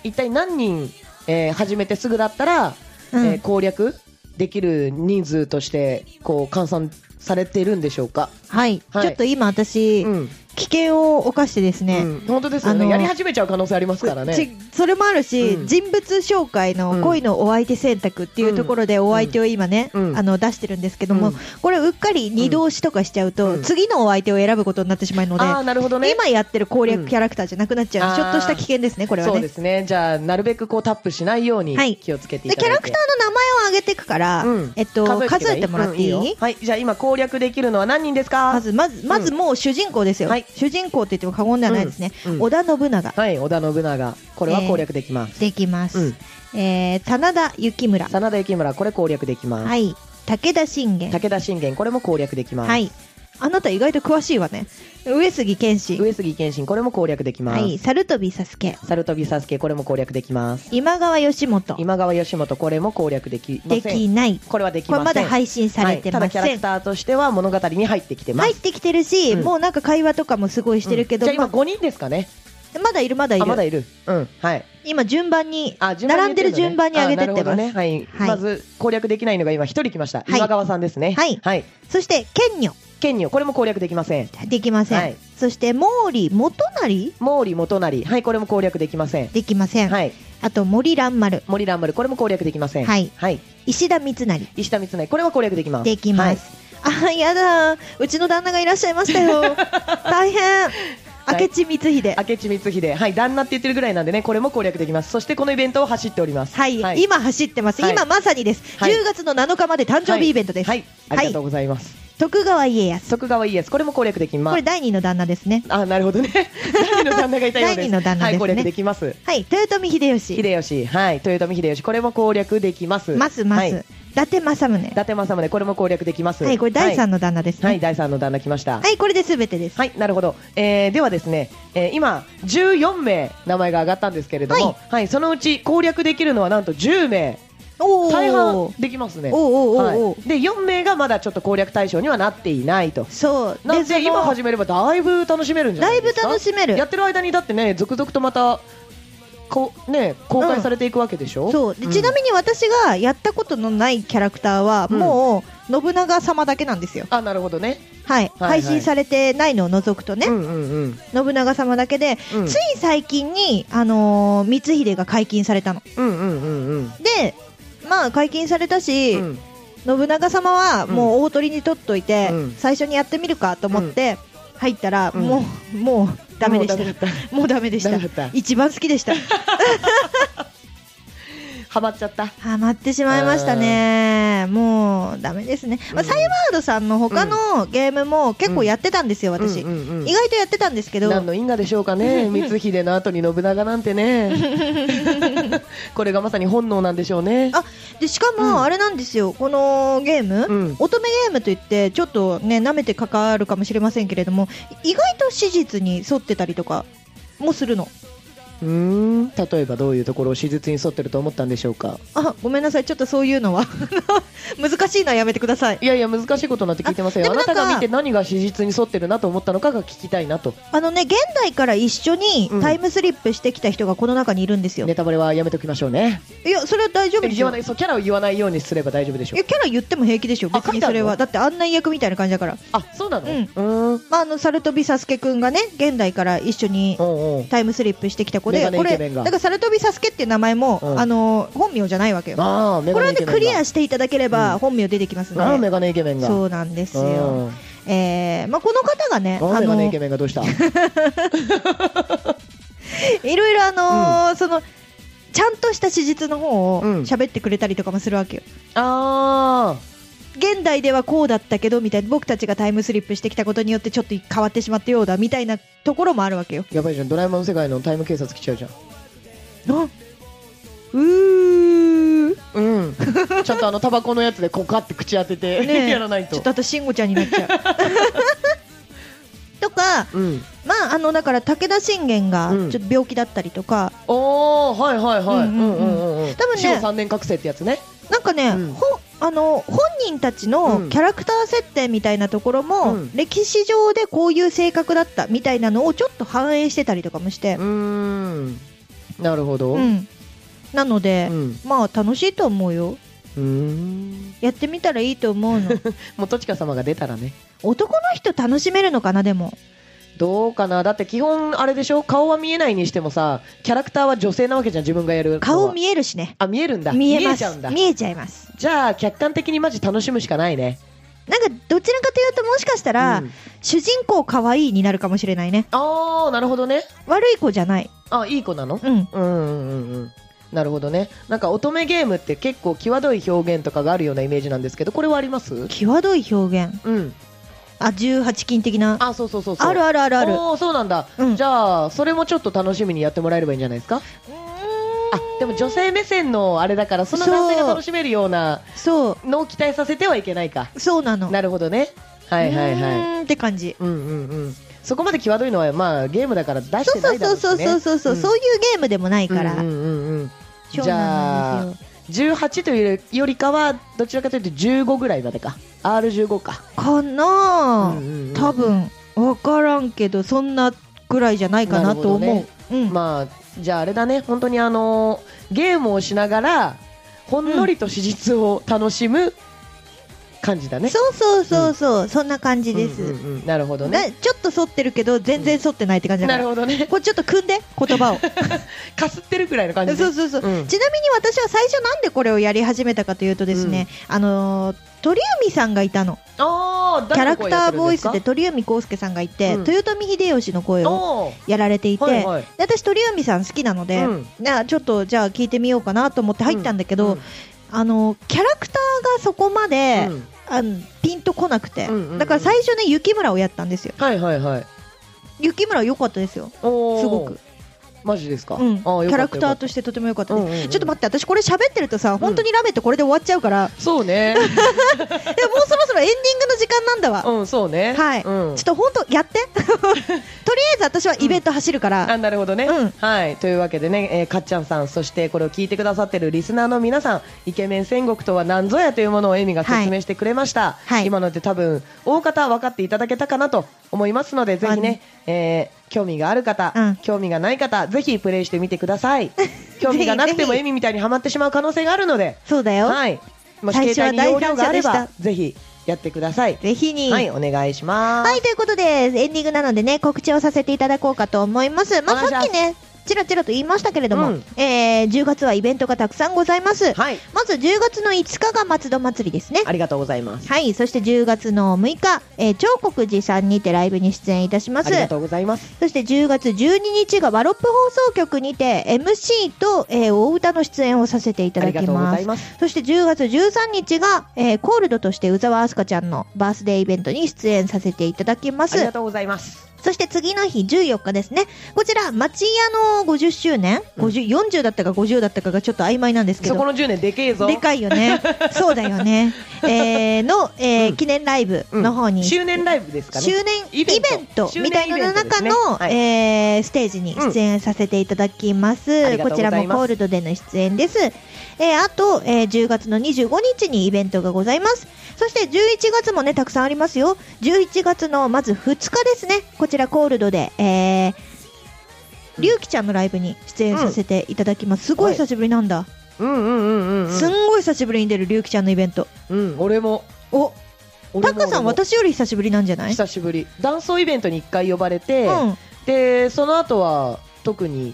[SPEAKER 2] 一体何人、えー始めてすぐだったら、
[SPEAKER 1] うん
[SPEAKER 2] えー攻略できる人数としてこう換算されているんでしょうか。
[SPEAKER 1] はい、
[SPEAKER 2] はい
[SPEAKER 1] ちょっと今私、
[SPEAKER 2] うん
[SPEAKER 1] 危険を冒してですね、
[SPEAKER 2] うん本当ですよね、
[SPEAKER 1] あの
[SPEAKER 2] やり始めちゃう可能性ありますからね。
[SPEAKER 1] ちそれもあるし、
[SPEAKER 2] うん
[SPEAKER 1] 人物紹介の恋のお相手選択っていうところでお相手を今ね、
[SPEAKER 2] うん
[SPEAKER 1] あの出してるんですけども、
[SPEAKER 2] うん
[SPEAKER 1] これうっかり二度押しとかしちゃうと、
[SPEAKER 2] うん
[SPEAKER 1] 次のお相手を選ぶことになってしまうので、
[SPEAKER 2] あーなるほどね
[SPEAKER 1] 今やってる攻
[SPEAKER 2] う
[SPEAKER 1] 略
[SPEAKER 2] ん
[SPEAKER 1] キャラクターじゃなくなっちゃう、
[SPEAKER 2] あー
[SPEAKER 1] ちょっとした危険ですねこれは
[SPEAKER 2] そう
[SPEAKER 1] ね
[SPEAKER 2] ですね。じゃあ、なるべくこうタップしないように
[SPEAKER 1] はい
[SPEAKER 2] 気をつけてい
[SPEAKER 1] で
[SPEAKER 2] た
[SPEAKER 1] キャ
[SPEAKER 2] だ
[SPEAKER 1] ラ
[SPEAKER 2] い
[SPEAKER 1] ク
[SPEAKER 2] て。
[SPEAKER 1] ターの名前を挙げていくから、
[SPEAKER 2] うん
[SPEAKER 1] えっと、数えてもらっていい,、
[SPEAKER 2] うんよはい。じゃあ、今攻略できるのは何人ですか
[SPEAKER 1] まずまずまずもう主人公ですよ、
[SPEAKER 2] はい
[SPEAKER 1] 主人公って言っても過言ではないですね、
[SPEAKER 2] うんうん
[SPEAKER 1] 織田信長
[SPEAKER 2] はい、織田信長。これは攻略できます。
[SPEAKER 1] できます、
[SPEAKER 2] うん
[SPEAKER 1] えー真田幸村
[SPEAKER 2] 真田幸村、これ攻略できます。
[SPEAKER 1] はい武田信玄
[SPEAKER 2] 武田信玄、これも攻略できます。
[SPEAKER 1] はい。あなた意外と詳しいわね。上杉謙信。
[SPEAKER 2] 上杉謙信、これも攻略できま
[SPEAKER 1] は
[SPEAKER 2] す。
[SPEAKER 1] い。猿飛佐助。
[SPEAKER 2] 猿飛佐助、これも攻略できます。
[SPEAKER 1] 今川義元。
[SPEAKER 2] 今川義元、これも攻略できま
[SPEAKER 1] で
[SPEAKER 2] せん。
[SPEAKER 1] きない。
[SPEAKER 2] これはでき
[SPEAKER 1] こ
[SPEAKER 2] ま
[SPEAKER 1] れ
[SPEAKER 2] せん。
[SPEAKER 1] まだ配信されてま
[SPEAKER 2] はい
[SPEAKER 1] せ
[SPEAKER 2] ただキャラ
[SPEAKER 1] ん
[SPEAKER 2] ク。ターとしては物語に入ってきてます。
[SPEAKER 1] 入ってきてるし、
[SPEAKER 2] うん
[SPEAKER 1] もうなんか会話とかもすごいしてるけど、
[SPEAKER 2] うんじゃあ
[SPEAKER 1] ま
[SPEAKER 2] 今5人ですかね。
[SPEAKER 1] あまだいるまだい
[SPEAKER 2] あ、
[SPEAKER 1] る。
[SPEAKER 2] まだいる。うん。はい。
[SPEAKER 1] 今順番に、
[SPEAKER 2] あ順番
[SPEAKER 1] 並んでる順番に上げてって
[SPEAKER 2] あなるほど
[SPEAKER 1] ます。
[SPEAKER 2] ねはい、
[SPEAKER 1] はい
[SPEAKER 2] まず攻略できないのが今一人来ました、
[SPEAKER 1] い
[SPEAKER 2] 今川さんですね
[SPEAKER 1] はい
[SPEAKER 2] はい、
[SPEAKER 1] そして、剣女。
[SPEAKER 2] 剣女これも攻略できません
[SPEAKER 1] できません。
[SPEAKER 2] はい
[SPEAKER 1] そして、毛利元就
[SPEAKER 2] 毛利元就はいこれも攻略できません
[SPEAKER 1] できません。
[SPEAKER 2] はい
[SPEAKER 1] あと、森蘭丸。
[SPEAKER 2] 森蘭丸これも攻略できません
[SPEAKER 1] はい
[SPEAKER 2] はい、
[SPEAKER 1] 石田三成。
[SPEAKER 2] 石田三成これは攻略できます
[SPEAKER 1] できます、あーやだーうちの旦那がいらっしゃいました よ大変
[SPEAKER 2] い
[SPEAKER 1] 明智光秀
[SPEAKER 2] はい、明智光秀はい旦那って言ってるぐらいなんでねこれも攻略できますそしてこのイベントを走っております
[SPEAKER 1] はい、今走ってます、
[SPEAKER 2] はい
[SPEAKER 1] 今まさにです、
[SPEAKER 2] はい
[SPEAKER 1] 10月の7日まで誕生日イベントです、
[SPEAKER 2] はい、はいありがとうございます、
[SPEAKER 1] 徳川家康
[SPEAKER 2] 徳川家康これも攻略できま
[SPEAKER 1] こ
[SPEAKER 2] す
[SPEAKER 1] れ第2の旦那ですね
[SPEAKER 2] あなる ほどね第二の旦那がいたようです
[SPEAKER 1] 第二の旦那ですね
[SPEAKER 2] はい攻略できます
[SPEAKER 1] はい豊臣秀吉
[SPEAKER 2] 秀吉、はい、豊臣秀吉、これも攻略できます。
[SPEAKER 1] ますます
[SPEAKER 2] はい
[SPEAKER 1] 伊達政宗
[SPEAKER 2] 伊。達政宗、これも攻略できます。
[SPEAKER 1] はい、これ第三の旦那ですね。
[SPEAKER 2] は、
[SPEAKER 1] はいい、
[SPEAKER 2] 第三の旦那来ました。
[SPEAKER 1] これで全てです。
[SPEAKER 2] はい、なるほど。えーではですね、えー今、14名名前が上がったんですけれども、は、
[SPEAKER 1] はい
[SPEAKER 2] そのうち攻略できるのはなんと10名、
[SPEAKER 1] おー
[SPEAKER 2] 大半できますね。
[SPEAKER 1] おうおうおうおう
[SPEAKER 2] はい、で、4名がまだちょっと攻略対象にはなっていないと。
[SPEAKER 1] そう。
[SPEAKER 2] なん
[SPEAKER 1] その
[SPEAKER 2] で、今始めればだいぶ楽しめるんじゃ
[SPEAKER 1] だ
[SPEAKER 2] ないいで
[SPEAKER 1] ぶ
[SPEAKER 2] すか
[SPEAKER 1] 楽しめる
[SPEAKER 2] や。ってる間にだってね、続々とまた、こうね、公開されていくわけでしょ、
[SPEAKER 1] そうで
[SPEAKER 2] ん
[SPEAKER 1] ちなみに私がやったことのないキャラクターは、
[SPEAKER 2] うん
[SPEAKER 1] もう信長様だけなんですよ、
[SPEAKER 2] あ、なるほどね。
[SPEAKER 1] はい
[SPEAKER 2] は
[SPEAKER 1] 配
[SPEAKER 2] い
[SPEAKER 1] 信されてないのを除くとね、
[SPEAKER 2] うんうんうん。
[SPEAKER 1] 信長様だけで、
[SPEAKER 2] うん
[SPEAKER 1] つい最近に、あのー光秀が解禁されたの
[SPEAKER 2] うんうんうんうん。
[SPEAKER 1] でまあ解禁されたし、
[SPEAKER 2] うん
[SPEAKER 1] 信長様はもう大鳥に取っといて、
[SPEAKER 2] うん
[SPEAKER 1] 最初にやってみるかと思って入ったら、
[SPEAKER 2] うん
[SPEAKER 1] もうもうダメでし
[SPEAKER 2] もうダメだ
[SPEAKER 1] たもうダメでし
[SPEAKER 2] ダ
[SPEAKER 1] た
[SPEAKER 2] メだった
[SPEAKER 1] 一番好きでした
[SPEAKER 2] ハマっちゃった。
[SPEAKER 1] ハマってしまいましたねもうダメですね、まあ
[SPEAKER 2] うん
[SPEAKER 1] サイワードさんの他のゲームも結構やってたんですよ私、
[SPEAKER 2] うんうんうん
[SPEAKER 1] 意外とやってたんですけど
[SPEAKER 2] 何の因果でしょうか ね、光秀の後に信長なんてね、 これがまさに本能なんでしょうね。
[SPEAKER 1] あでしか
[SPEAKER 2] うん
[SPEAKER 1] もあれなんですよ、このゲーム、
[SPEAKER 2] うん
[SPEAKER 1] 乙女ゲームといってちょっとね舐めてかかるかもしれませんけれども意外と史実に沿ってたりとかもするの
[SPEAKER 2] うーん例えばどういうところを史実に沿ってると思ったんでしょうか。
[SPEAKER 1] あごめんなさいちょっとそういうのは 難しいのはやめてください
[SPEAKER 2] いやいや、難しいことなんて聞いてませんよ。あ
[SPEAKER 1] あでも
[SPEAKER 2] な
[SPEAKER 1] な
[SPEAKER 2] た
[SPEAKER 1] んか
[SPEAKER 2] が見て何が史実に沿ってるなと思ったのかが聞きたいなと。
[SPEAKER 1] あのね現代から一緒に
[SPEAKER 2] うん
[SPEAKER 1] タイムスリップしてきた人がこの中にいるんですよ、
[SPEAKER 2] ネタバレはやめておきましょうね。
[SPEAKER 1] いやそれは大丈夫です
[SPEAKER 2] 言
[SPEAKER 1] よ
[SPEAKER 2] わないそうキャラを言わないようにすれば大丈夫でし
[SPEAKER 1] い
[SPEAKER 2] ょう
[SPEAKER 1] やキャラ言っても平気でしょ
[SPEAKER 2] あ
[SPEAKER 1] 別にそれ
[SPEAKER 2] 書い
[SPEAKER 1] は
[SPEAKER 2] て
[SPEAKER 1] だってあんな役みたいな感じだから、
[SPEAKER 2] あそうなの、
[SPEAKER 1] うん
[SPEAKER 2] ーん
[SPEAKER 1] まあ、あのサルトビサスケくんがね現代から一緒に
[SPEAKER 2] うんうん
[SPEAKER 1] タイムスリップしてきた子で、
[SPEAKER 2] メガネ
[SPEAKER 1] こ
[SPEAKER 2] イケ
[SPEAKER 1] れ、
[SPEAKER 2] メンが
[SPEAKER 1] だからサルトビサスケっていう名前も、
[SPEAKER 2] うん
[SPEAKER 1] あの本名じゃないわけよ。こ
[SPEAKER 2] ああメ
[SPEAKER 1] れ
[SPEAKER 2] ガ
[SPEAKER 1] は
[SPEAKER 2] ネ
[SPEAKER 1] ね
[SPEAKER 2] イケメンが
[SPEAKER 1] クリアしていただけれ
[SPEAKER 2] う
[SPEAKER 1] ば
[SPEAKER 2] ん
[SPEAKER 1] 本名出てきます
[SPEAKER 2] ああ
[SPEAKER 1] の
[SPEAKER 2] メ
[SPEAKER 1] で。
[SPEAKER 2] ガネイケメンが
[SPEAKER 1] そううなんです
[SPEAKER 2] ん
[SPEAKER 1] よ。えー、まあこの方がね、
[SPEAKER 2] あ
[SPEAKER 1] あ
[SPEAKER 2] メガネイ
[SPEAKER 1] の
[SPEAKER 2] ケメンがどうした
[SPEAKER 1] いろいろあのーそのちゃんとした史実の方を
[SPEAKER 2] うん
[SPEAKER 1] 喋ってくれたりとかもするわけよ。
[SPEAKER 2] ああ
[SPEAKER 1] 現代ではこうだったけどみたいな僕たちがタイムスリップしてきたことによってちょっと変わってしまったようだみたいなところもあるわけよ。
[SPEAKER 2] やばいじゃんドラえもんの世界のタイム警察来ちゃうじゃん
[SPEAKER 1] あうー
[SPEAKER 2] うん ちゃんとあのタバコのやつでこうかって口当てて、
[SPEAKER 1] ねえ
[SPEAKER 2] やらない
[SPEAKER 1] ち
[SPEAKER 2] と
[SPEAKER 1] ょっと私慎吾ちゃんになっちゃう とか
[SPEAKER 2] うん
[SPEAKER 1] まああのだから武田信玄が
[SPEAKER 2] うん
[SPEAKER 1] ちょっと病気だったりとか、
[SPEAKER 2] おーはいはいはい
[SPEAKER 1] うんうんうん
[SPEAKER 2] うん
[SPEAKER 1] 多分ね
[SPEAKER 2] 死後三年覚醒ってやつね
[SPEAKER 1] なんかね、
[SPEAKER 2] うん
[SPEAKER 1] ほあの本人たち
[SPEAKER 2] う
[SPEAKER 1] の
[SPEAKER 2] ん
[SPEAKER 1] キャラクター設定みたいなところも、
[SPEAKER 2] うん
[SPEAKER 1] 歴史上でこういう性格だったみたいなのをちょっと反映してたりとかもして
[SPEAKER 2] うー、んなるほど
[SPEAKER 1] うんなので、
[SPEAKER 2] うん
[SPEAKER 1] まあ楽しいと思うよ
[SPEAKER 2] うーん
[SPEAKER 1] やってみたらいいと思 うの
[SPEAKER 2] もうとちか様が出たらね
[SPEAKER 1] 男の人楽しめるのかなでも
[SPEAKER 2] どうかなだって基本あれでしょ顔は見えないにしてもさキャラクターは女性なわけじゃん自分がやるのは
[SPEAKER 1] 顔見えるしね
[SPEAKER 2] あ見えるんだ
[SPEAKER 1] 見えます
[SPEAKER 2] ちゃうんだ
[SPEAKER 1] 見えちゃいます
[SPEAKER 2] じゃあ客観的にマジ楽しむしかないね
[SPEAKER 1] なんかどちらかというともしかしたら、
[SPEAKER 2] うん
[SPEAKER 1] 主人公可愛いになるかもしれないね
[SPEAKER 2] ああなるほどね
[SPEAKER 1] 悪い子じゃない
[SPEAKER 2] あいい子なの
[SPEAKER 1] うん
[SPEAKER 2] うんうんうんうんなるほどねなんか乙女ゲームって結構際どい表現とかがあるようなイメージなんですけどこれはあります
[SPEAKER 1] 際どい表現
[SPEAKER 2] うん
[SPEAKER 1] あ18禁的なあ
[SPEAKER 2] あそうそうそうそう
[SPEAKER 1] るあるあるある
[SPEAKER 2] おーそうなんだ、
[SPEAKER 1] うん
[SPEAKER 2] じゃあそれもちょっと楽しみにやってもらえればいいんじゃないですかあでも女性目線のあれだからその男性が楽しめるような
[SPEAKER 1] そ
[SPEAKER 2] のを期待させてはいけないか
[SPEAKER 1] うそうなの
[SPEAKER 2] なるほどねはいはいうはい
[SPEAKER 1] ーんって感じ
[SPEAKER 2] うんうんうんそこまで際どいのはまあゲームだから出し
[SPEAKER 1] そ
[SPEAKER 2] て
[SPEAKER 1] う
[SPEAKER 2] な
[SPEAKER 1] そう
[SPEAKER 2] いだろ
[SPEAKER 1] そう
[SPEAKER 2] うしね
[SPEAKER 1] そうそうそうそう、
[SPEAKER 2] ん
[SPEAKER 1] そういうゲームでもないから、
[SPEAKER 2] うんうんうんうん
[SPEAKER 1] そう
[SPEAKER 2] じゃ
[SPEAKER 1] な
[SPEAKER 2] あ
[SPEAKER 1] んですよ
[SPEAKER 2] 18というよりかはどちらかというと15ぐらいまでか R15 か、
[SPEAKER 1] かなあ、
[SPEAKER 2] うんうんうん
[SPEAKER 1] 多分分からんけどそんなぐらいじゃないかなと思う
[SPEAKER 2] なる
[SPEAKER 1] うん、
[SPEAKER 2] まあじゃああれだね本当にあのーゲームをしながらほんのりと史実を楽しむ感じだね、
[SPEAKER 1] そうそうそうそう、そんな感じです、
[SPEAKER 2] うんうんうんなるほどね
[SPEAKER 1] ね、ちょっと反ってるけど全然反ってないって感じだか
[SPEAKER 2] な
[SPEAKER 1] ら、
[SPEAKER 2] るほどね
[SPEAKER 1] これちょっと組んで言葉を
[SPEAKER 2] かすってるくらい の感じで
[SPEAKER 1] そうそうそう、
[SPEAKER 2] うん
[SPEAKER 1] ちなみに私は最初なんでこれをやり始めたかというとですね、あのー鳥海さんがいたの
[SPEAKER 2] あ
[SPEAKER 1] キャラクターボイスで
[SPEAKER 2] で
[SPEAKER 1] 鳥海康介さんがいて、
[SPEAKER 2] うん
[SPEAKER 1] 豊臣秀吉の声を
[SPEAKER 2] おー
[SPEAKER 1] やられていて、
[SPEAKER 2] はいはい
[SPEAKER 1] で私鳥海さん好きなので、
[SPEAKER 2] うん
[SPEAKER 1] なちょっとじゃあ聞いてみようかなと思って入ったんだけど、
[SPEAKER 2] うん
[SPEAKER 1] あのーキャラクターがそこまで、
[SPEAKER 2] うん
[SPEAKER 1] あのピンとこなくて、
[SPEAKER 2] うんうんうん
[SPEAKER 1] だから最初ね雪村をやったんですよ
[SPEAKER 2] はいはいはい
[SPEAKER 1] 雪村良かったですよ
[SPEAKER 2] おー
[SPEAKER 1] すごく
[SPEAKER 2] マジですか、
[SPEAKER 3] うん、キ
[SPEAKER 2] あーよ
[SPEAKER 3] ャ
[SPEAKER 2] か
[SPEAKER 3] ラ
[SPEAKER 2] った
[SPEAKER 3] ク
[SPEAKER 2] よ
[SPEAKER 3] タ
[SPEAKER 2] か
[SPEAKER 3] ー
[SPEAKER 2] った
[SPEAKER 3] としてとても良かったです、
[SPEAKER 2] うんうんうん
[SPEAKER 3] ちょっと待って私これ喋ってるとさ本当にラメってこれで終わっちゃう から、
[SPEAKER 2] そうね
[SPEAKER 3] いやもうそろそろエンディングの時間なんだわ、
[SPEAKER 2] うんそ うね
[SPEAKER 3] はい、
[SPEAKER 2] うん
[SPEAKER 3] ちょっと本当やって とりあえず私はイベント走るから、
[SPEAKER 2] あなるほどね、
[SPEAKER 3] うん
[SPEAKER 2] はいというわけでね、えーかっちゃんさんそしてこれを聞いてくださってるリスナーの皆さんイケメン戦国とは何ぞやというものをエミが説明してくれました、
[SPEAKER 1] はい
[SPEAKER 2] 今ので多分大方分かっていただけたかなと思いますのでぜひね、えー興味がある方、
[SPEAKER 1] うん
[SPEAKER 2] 興味がない方ぜひプレイしてみてください興味がなくても
[SPEAKER 3] ぜひぜひ
[SPEAKER 2] エミみたいにはまってしまう可能性があるので
[SPEAKER 3] そうだよ、
[SPEAKER 2] はいもし
[SPEAKER 3] 最初
[SPEAKER 2] 携
[SPEAKER 3] は
[SPEAKER 2] 帯に容量があれ
[SPEAKER 3] 大感謝
[SPEAKER 2] ば
[SPEAKER 3] で
[SPEAKER 2] ぜひやってください
[SPEAKER 3] ぜひに、
[SPEAKER 2] はいお願いします、
[SPEAKER 1] はい、ということで、エンディングなのでね、告知をさせていただこうかと思います。まあ、
[SPEAKER 2] お願いし
[SPEAKER 1] さ
[SPEAKER 2] ま
[SPEAKER 1] っ
[SPEAKER 2] す
[SPEAKER 1] きね、ちらちらと言いましたけれども、
[SPEAKER 2] うん
[SPEAKER 1] えー10月はイベントがたくさんございます。
[SPEAKER 2] はい、
[SPEAKER 1] まず10月の5日が松戸祭りですね。
[SPEAKER 2] ありがとうございます
[SPEAKER 1] はい、そして10月の6日、えー、長国寺さんにてライブに出演いたしま
[SPEAKER 2] あ
[SPEAKER 1] す
[SPEAKER 2] り。がとうございます
[SPEAKER 1] そして10月12日がワロップ放送局にて MC と、えー大歌の出演をさせていた
[SPEAKER 2] あ
[SPEAKER 1] だ
[SPEAKER 2] りが
[SPEAKER 1] き
[SPEAKER 2] とうご
[SPEAKER 1] ま
[SPEAKER 2] ざ
[SPEAKER 1] す
[SPEAKER 2] い。ます
[SPEAKER 1] そして10月13日が、えーコールドとして宇沢明日香ちゃんのバースデーイベントに出演させていただきま
[SPEAKER 2] ありが
[SPEAKER 1] す。
[SPEAKER 2] とうございます。
[SPEAKER 1] そして次の日14日ですね。こちら、町屋の50周年、
[SPEAKER 2] うん
[SPEAKER 1] 50 40だったか50だったかがちょっと曖昧なんですけ
[SPEAKER 2] そこ
[SPEAKER 1] ど。
[SPEAKER 2] の10年でけえぞ。
[SPEAKER 1] でかいよね。そうだよ ね。えーの、えー記念ライブ
[SPEAKER 2] うん
[SPEAKER 1] の方に、
[SPEAKER 2] 周年ライブですかね。
[SPEAKER 1] 周年イ
[SPEAKER 2] イ
[SPEAKER 1] ベ
[SPEAKER 2] ベ
[SPEAKER 1] ン
[SPEAKER 2] ン
[SPEAKER 1] ト
[SPEAKER 2] ト
[SPEAKER 1] みたいなの中
[SPEAKER 2] 周年イベントです
[SPEAKER 1] の、
[SPEAKER 2] ねはい
[SPEAKER 1] えーステージに出演させていただきます、
[SPEAKER 2] ありが
[SPEAKER 1] こと
[SPEAKER 2] うご
[SPEAKER 1] ち
[SPEAKER 2] ざ
[SPEAKER 1] ら
[SPEAKER 2] います
[SPEAKER 1] もコールドでの出演です、えーあと、えー10月の25日にイベントがございますそして11月もねたくさんありますよ11月のまず2日ですねこちらコールドでえー
[SPEAKER 2] うん
[SPEAKER 1] りゅうきちゃんのライブに出演させていただきます、すごい久しぶりなんだ、
[SPEAKER 2] うんうんうんうんうん。
[SPEAKER 1] すんごい久しぶりに出るりゅうきちゃんのイベント
[SPEAKER 2] うん、俺も。
[SPEAKER 1] お
[SPEAKER 2] 俺
[SPEAKER 1] タ
[SPEAKER 2] も
[SPEAKER 1] カさん
[SPEAKER 2] 俺も
[SPEAKER 1] 私より久しぶりなんじゃない
[SPEAKER 2] 久しぶり。ダンスイベントに1回呼ばれて、
[SPEAKER 1] うん
[SPEAKER 2] で、その後は特に、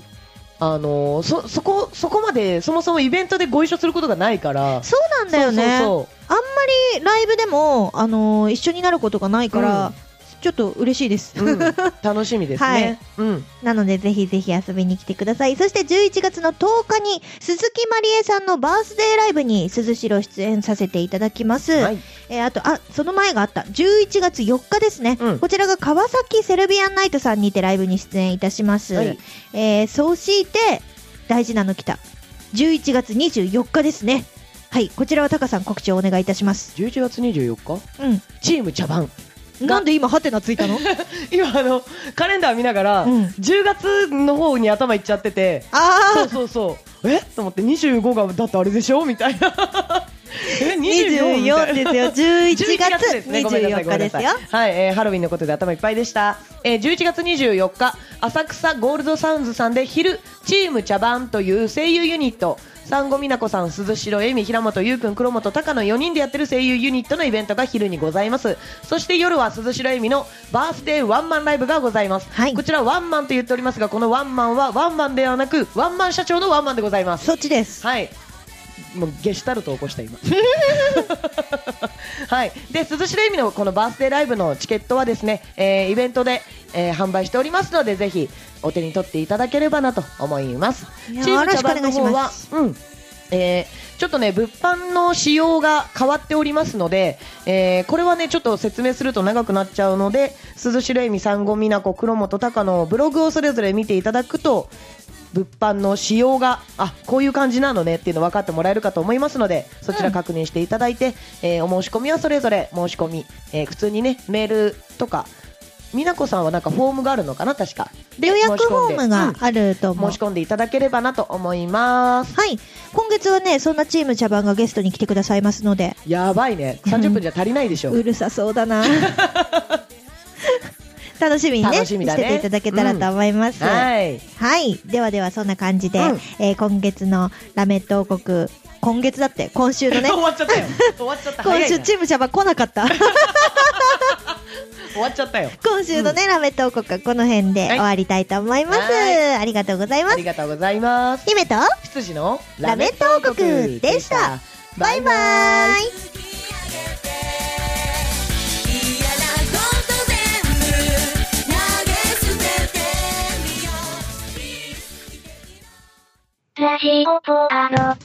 [SPEAKER 2] あのーそ、そこ、そこまで、そもそもイベントでご一緒することがないから。
[SPEAKER 1] そうなんだよね
[SPEAKER 2] そうそう
[SPEAKER 1] あ
[SPEAKER 2] そう
[SPEAKER 1] んまりライブでも、あのー一緒になることがないから、
[SPEAKER 2] うん
[SPEAKER 1] ちょっと嬉しいです。
[SPEAKER 2] うん楽しみですね。うん。
[SPEAKER 1] なので、ぜひぜひ遊びに来てください。そして11月の10日に、鈴木まりえさんのバースデーライブに、鈴代出演させていただきます。
[SPEAKER 2] はい。
[SPEAKER 1] えーあと、あ、その前があった、11月4日ですね。
[SPEAKER 2] うん
[SPEAKER 1] こちらが川崎セルビアンナイトさんにてライブに出演いたします。
[SPEAKER 2] はい
[SPEAKER 1] えー、そうして、大事なの来た。11月24日ですね。はい、こちらはタカさん告知をお願いいたします。
[SPEAKER 2] 11月24日、
[SPEAKER 1] うん。
[SPEAKER 2] チーム茶番。
[SPEAKER 1] なんで今ハテナついたの
[SPEAKER 2] 今、あの、カレンダー見ながら、
[SPEAKER 1] うん
[SPEAKER 2] 10月の方に頭いっちゃってて、
[SPEAKER 1] あ
[SPEAKER 2] そ
[SPEAKER 1] あ
[SPEAKER 2] うそうそう。えと思って25がだってあれでしょみたいな。え24みたいな
[SPEAKER 1] ですよ。11
[SPEAKER 2] 11
[SPEAKER 1] 月
[SPEAKER 2] ですねごめんなさ
[SPEAKER 1] 24日
[SPEAKER 2] いごめんな
[SPEAKER 1] です
[SPEAKER 2] さい
[SPEAKER 1] よ。
[SPEAKER 2] はい、えーハロウィンのことで頭いっぱいでした。えー11月24日、浅草ゴールドサウンズさんで昼、チーム茶番という声優ユニット、産後美奈子さん、鈴代恵美、平本優くん、黒本隆の4人でやってる声優ユニットのイベントが昼にございます。そして夜は鈴代恵美のバースデーワンマンライブがございます。
[SPEAKER 1] はい
[SPEAKER 2] こちらワンマンと言っておりますが、このワンマンはワンマンではなく、ワンマン社長のワンマンでございます。
[SPEAKER 1] そっちです。
[SPEAKER 2] はい。もうゲシュタルトを起こした今。 はい。で、涼しい意味のこのバースデーライブのチケットはですね、えーイベントで、えー販売しておりますので、ぜひお手に取っていただければなと思います。
[SPEAKER 1] いや
[SPEAKER 2] チーム茶番の方
[SPEAKER 1] よ
[SPEAKER 2] は
[SPEAKER 1] ろし、
[SPEAKER 2] うん。えーちょっとね、物販の仕様が変わっておりますので、えーこれはね、ちょっと説明すると長くなっちゃうので、鈴代恵美、産後美奈子、黒本隆のブログをそれぞれ見ていただくと、物販の仕様が、あ、こういう感じなのねっていうの分かってもらえるかと思いますので、そちら確認していただいて、えーお申し込みはそれぞれ申し込み、えー普通にね、メールとか、美奈子さんはなんかフォームがあるのかな、確か。で
[SPEAKER 1] 予約フォーム
[SPEAKER 2] 申し込ん
[SPEAKER 1] が
[SPEAKER 2] で
[SPEAKER 1] あると
[SPEAKER 2] うん
[SPEAKER 1] 思う
[SPEAKER 2] 申し。込んでいただければなと思います。
[SPEAKER 1] はい。今月はね、そんなチーム茶番がゲストに来てくださいますので、
[SPEAKER 2] やばいね。30分じゃ足りないでしょ。
[SPEAKER 1] うるさそうだ な。楽しみにね
[SPEAKER 2] 楽しみだ
[SPEAKER 1] し
[SPEAKER 2] ね
[SPEAKER 1] てていただけたらと思います。
[SPEAKER 2] はい。
[SPEAKER 1] はい。ではでは、そんな感じで、
[SPEAKER 2] うん
[SPEAKER 1] えー今月のラメット王国、今月だって、今週のね
[SPEAKER 2] 終、わっちゃったよ。終わっちゃった。
[SPEAKER 1] 今
[SPEAKER 2] 早い
[SPEAKER 1] 週
[SPEAKER 2] な
[SPEAKER 1] チーム茶番来なか った。
[SPEAKER 2] 終わっちゃったよ。
[SPEAKER 1] 今週のね、ラメット王国はこの辺で
[SPEAKER 2] はい
[SPEAKER 1] 終わりたいと思います。
[SPEAKER 2] は
[SPEAKER 1] ありがとうございま
[SPEAKER 2] あ
[SPEAKER 1] す
[SPEAKER 2] り。がとうございます。
[SPEAKER 1] 姫と
[SPEAKER 2] 羊の
[SPEAKER 1] ラメット王国でした。
[SPEAKER 2] バ
[SPEAKER 1] バ
[SPEAKER 2] イ
[SPEAKER 1] イ
[SPEAKER 2] バ
[SPEAKER 1] バ
[SPEAKER 2] イ
[SPEAKER 1] イ。
[SPEAKER 4] 「嫌なこと全部投げ捨ててみよう」
[SPEAKER 5] ラジオポアロ。